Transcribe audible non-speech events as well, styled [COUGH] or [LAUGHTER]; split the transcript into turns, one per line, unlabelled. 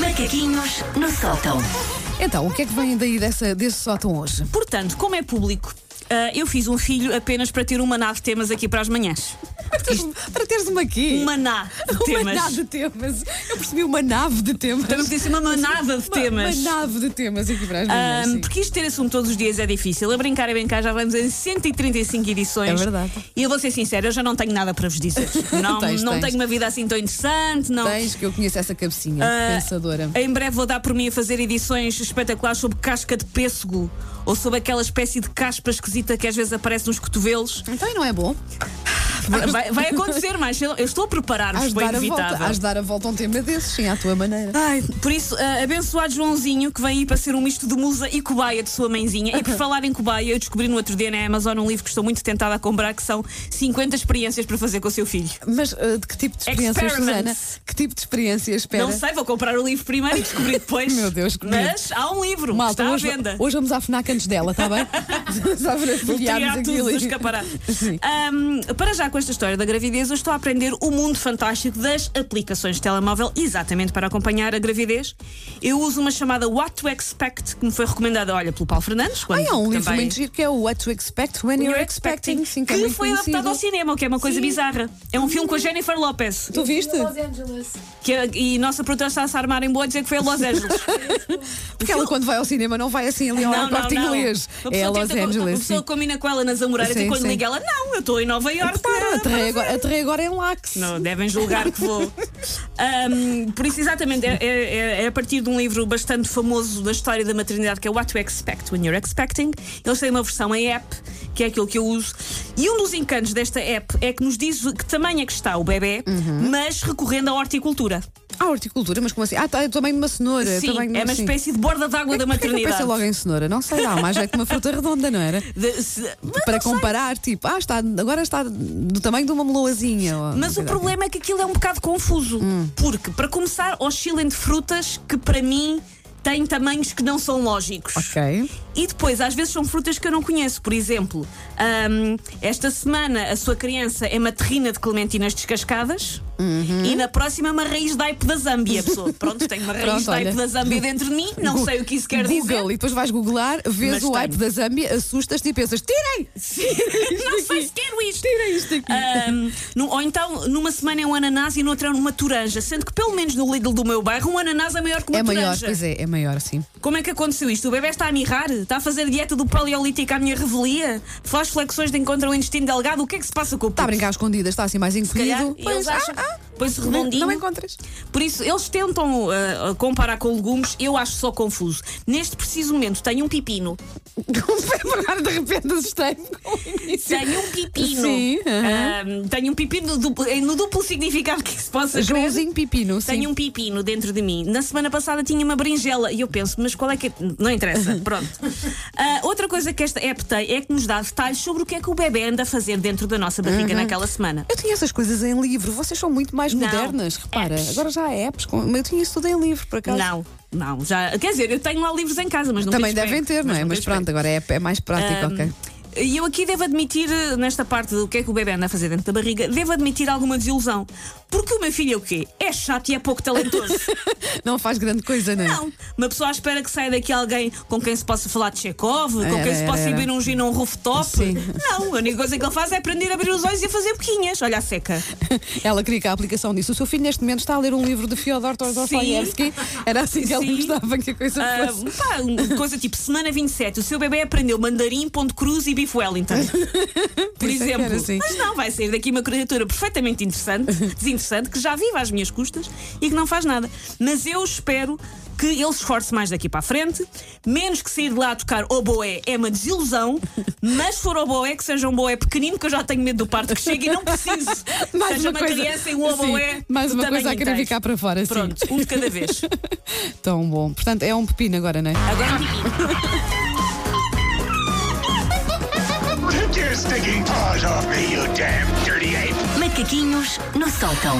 Macaquinhos no sótão.
Então, o que é que vem daí dessa, desse sótão hoje?
Portanto, como é público, ah, eu fiz um filho apenas para ter uma nave de temas aqui para as manhãs.
é um- Para teres uma aqui. [LAUGHS]
Uma nave de
Uma
temas.
nave de temas. Eu percebi uma nave de temas.
Também podia ser uma manada de
Uma-
temas.
Uma nave de temas aqui para as
Ah,
manhãs, sim.
porque isto ter assunto todos os dias é difícil. A brincar, a brincar, já vamos em 135 edições.
É verdade.
E eu vou ser sincera, eu já não tenho nada para
[LAUGHS]
vos dizer. Não,
Tens,
não
tens.
tenho uma vida assim tão interessante, não.
Tens que eu conheço essa cabecinha
Ah,
pensadora.
Em breve vou dar por mim a fazer edições espetaculares sobre casca de pêssego ou sobre aquela espécie de caspa esquisita que às vezes aparece
[LAUGHS]
nos cotovelos.
Então, e não é bom?
Vai, vai acontecer, mas eu eu estou a preparar-vos
Hás de
para o
dar a volta,
inevitável.
hás de dar a volta a um tema desses, sim, à tua maneira.
Ai, por isso, ah, abençoado Joãozinho, que vem aí para ser um misto de musa e cobaia de sua mãezinha. E por falar em cobaia, eu descobri no outro dia na Amazon um livro que estou muito tentada a comprar, que são 50 experiências para fazer com o seu filho.
Mas ah, de que tipo de experiências, Susana?
Experiments.
Que tipo de experiências espera?
Não sei, vou comprar o livro primeiro
[LAUGHS]
e descobrir depois.
Meu Deus, que medo.
Mas há um livro, que
Malta,
está à
hoje,
venda.
hoje vamos à FNAC antes dela, está
[LAUGHS]
bem? Só para folhearmos
Tirar tudo
aquilo.
do
e-
escaparate.
[LAUGHS] Sim.
Ahm, para já com esta história da gravidez, eu estou a aprender o mundo fantástico das aplicações de telemóvel, exatamente para acompanhar a gravidez. Eu uso uma chamada What to Expect, que me foi recomendada, olha, pelo Paulo Fernandes. Quando
Ah, há um livro
também-
muito giro que é o What to Expect When You're, Expecting, sim, que, é
que
muito
foi
conhecido.
adaptado ao cinema, o que é uma coisa bizarra. É um filme com a Jennifer Lopez,
Tu viste?
que é- e nossa produtora está a se armar em boa a dizer que foi a Los Angeles.
Porque ela quando vai ao cinema [LAUGHS] não vai assim ali ao aeroporto inglês.
Uma
É a
pessoa
Los
tenta-
Angeles.
A pessoa
sim.
combina com ela nas Amoreiras
Sim,
e quando
sim. É
liga ela, não, eu estou em Nova Iorque.
Claro, aterrei agora, aterrei agora é um em Lax.
é. Não, devem julgar que vou. Ahm, por isso, exatamente, é, é- é a partir de um livro bastante famoso da história da maternidade, que é What to Expect When You're Expecting. Eles têm uma versão em app, que é aquilo que eu uso. E um dos encantos desta app é que nos diz que tamanho é que está o bebê,
Uhum.
mas recorrendo à horticultura.
Ah, horticultura, mas como assim? Ah, tá, é também de uma cenoura.
Sim,
também de
é uma
sim.
espécie de borda d'água
[LAUGHS]
da
Porquê que Eu
maternidade.
pensei logo em cenoura, não sei, dá mais jeito que uma fruta redonda, não era?
De- se- mas
Para
não sei.
comparar, tipo, ah, está, agora está do tamanho de uma meloazinha. ou-
Mas o problema é que aquilo é um bocado confuso.
Hum.
Porque, para começar, oscila entre frutas que, para mim, têm tamanhos que não são lógicos.
Ok.
E depois, às vezes, são frutas que eu não conheço. Por exemplo, hum, esta semana a sua criança é uma terrina de clementinas descascadas
Uhum.
e na próxima é uma raiz de aipo da Zâmbia. A pessoa,
[LAUGHS]
pronto, tenho uma raiz
Pronto,
de aipo
olha.
da Zâmbia dentro de mim, não
Gu-
sei o que isso quer
Google,
dizer.
e depois vais googlar, vês
Mas
o
tenho.
hype da Zâmbia, assustas-te e pensas: tirem!
[LAUGHS] não sei se quero isto.
Tirem isto aqui!
Ahm, no- ou então, numa semana é um ananás e noutra é uma toranja. Sendo que, pelo menos no Lidl do meu bairro, um ananás é maior que uma
é maior,
toranja.
pois é, é maior, sim.
Como é que aconteceu isto? O bebê está a mirrar? Está a fazer dieta do paleolítico à minha revelia? Faz flexões de encontro ao intestino delgado? O que é que se passa com o puto?
Está Tá a brincar às escondidas, está assim mais
calhar,
encolhido.
e eles acham- põe-se
ah. não-
redondinho.
Não encontras. [LAUGHS]
Por isso, eles tentam ah, comparar com legumes, eu acho só confuso. Neste preciso momento, tenho
[LAUGHS]
um pepino.
Agora de repente assustei-me com o início.
Tenho um pepino.
Sim, aham.
Ahm, tenho um pepino duplo- eh, no duplo significado que se possa crer.
Joãozinho Pipino, sim.
Tenho um pepino dentro de mim. Na semana passada tinha uma berinjela e eu penso, mas qual é que. é?
[LAUGHS]
Não interessa, pronto. Ah, outra coisa que esta app tem é que nos dá detalhes sobre o que é que o bebê anda a fazer dentro da nossa barriga
Uhum.
naquela semana.
Eu tinha essas coisas em livro, vocês são muito mais
Não.
modernas, repara.
Apps.
Agora já há apps, com- mas eu tinha isso tudo em livro, [LAUGHS] por acaso.
Não, não, já. Quer dizer, eu tenho lá livros em casa, mas não
Também
tenho
devem
espelho.
ter, não é? Mas
tenho
pronto, agora é, é mais prático, ok.
E eu aqui devo admitir, eh, nesta parte do que é que o bebê anda a fazer dentro da barriga, devo admitir alguma desilusão. Porque o meu filho é o quê? É chato e é pouco talentoso.
[LAUGHS] Não faz grande coisa, não é?
Não. Uma pessoa espera que saia daqui alguém com quem se possa falar de Chekhov, com
Era,
quem se
era,
possa ir
era.
beber um gin a um rooftop.
Sim.
Não. A única coisa que ele faz é aprender a abrir os olhos e a fazer boquinhas. Olha
[LAUGHS]
a seca.
[LAUGHS] Ela queria que a aplicação disso. O seu filho, neste momento, está a ler um livro de Fyodor Dostoevsky. Era assim que ela
Sim.
gostava que a coisa
Ah,
fosse.
pá, uma coisa tipo semana 27, o seu bebê aprendeu mandarim, ponto cruz e bife Wellington. Por
Pensei que era
exemplo.
assim.
Mas não, vai sair daqui uma criatura
[LAUGHS]
perfeitamente interessante, desinteressante, que já vive às minhas custas e que não faz nada. Mas eu espero que ele se esforce mais daqui para a frente, menos que sair de lá a tocar oboé é
[LAUGHS]
uma desilusão, mas se for oboé, que seja um oboé pequenino, que eu já tenho medo do parto que chegue e não preciso.
[LAUGHS]
seja uma, criança e um oboé.
Sim, mais
do
uma
tamanho
coisa a querer
inteiro.
ficar para fora, sim.
Pronto, um de
[LAUGHS]
cada vez.
Tão bom. Portanto, é um pepino agora, não é?
Agora.
Take your stinking paws off me, you damn dirty ape!
Macaquinhos no sótão.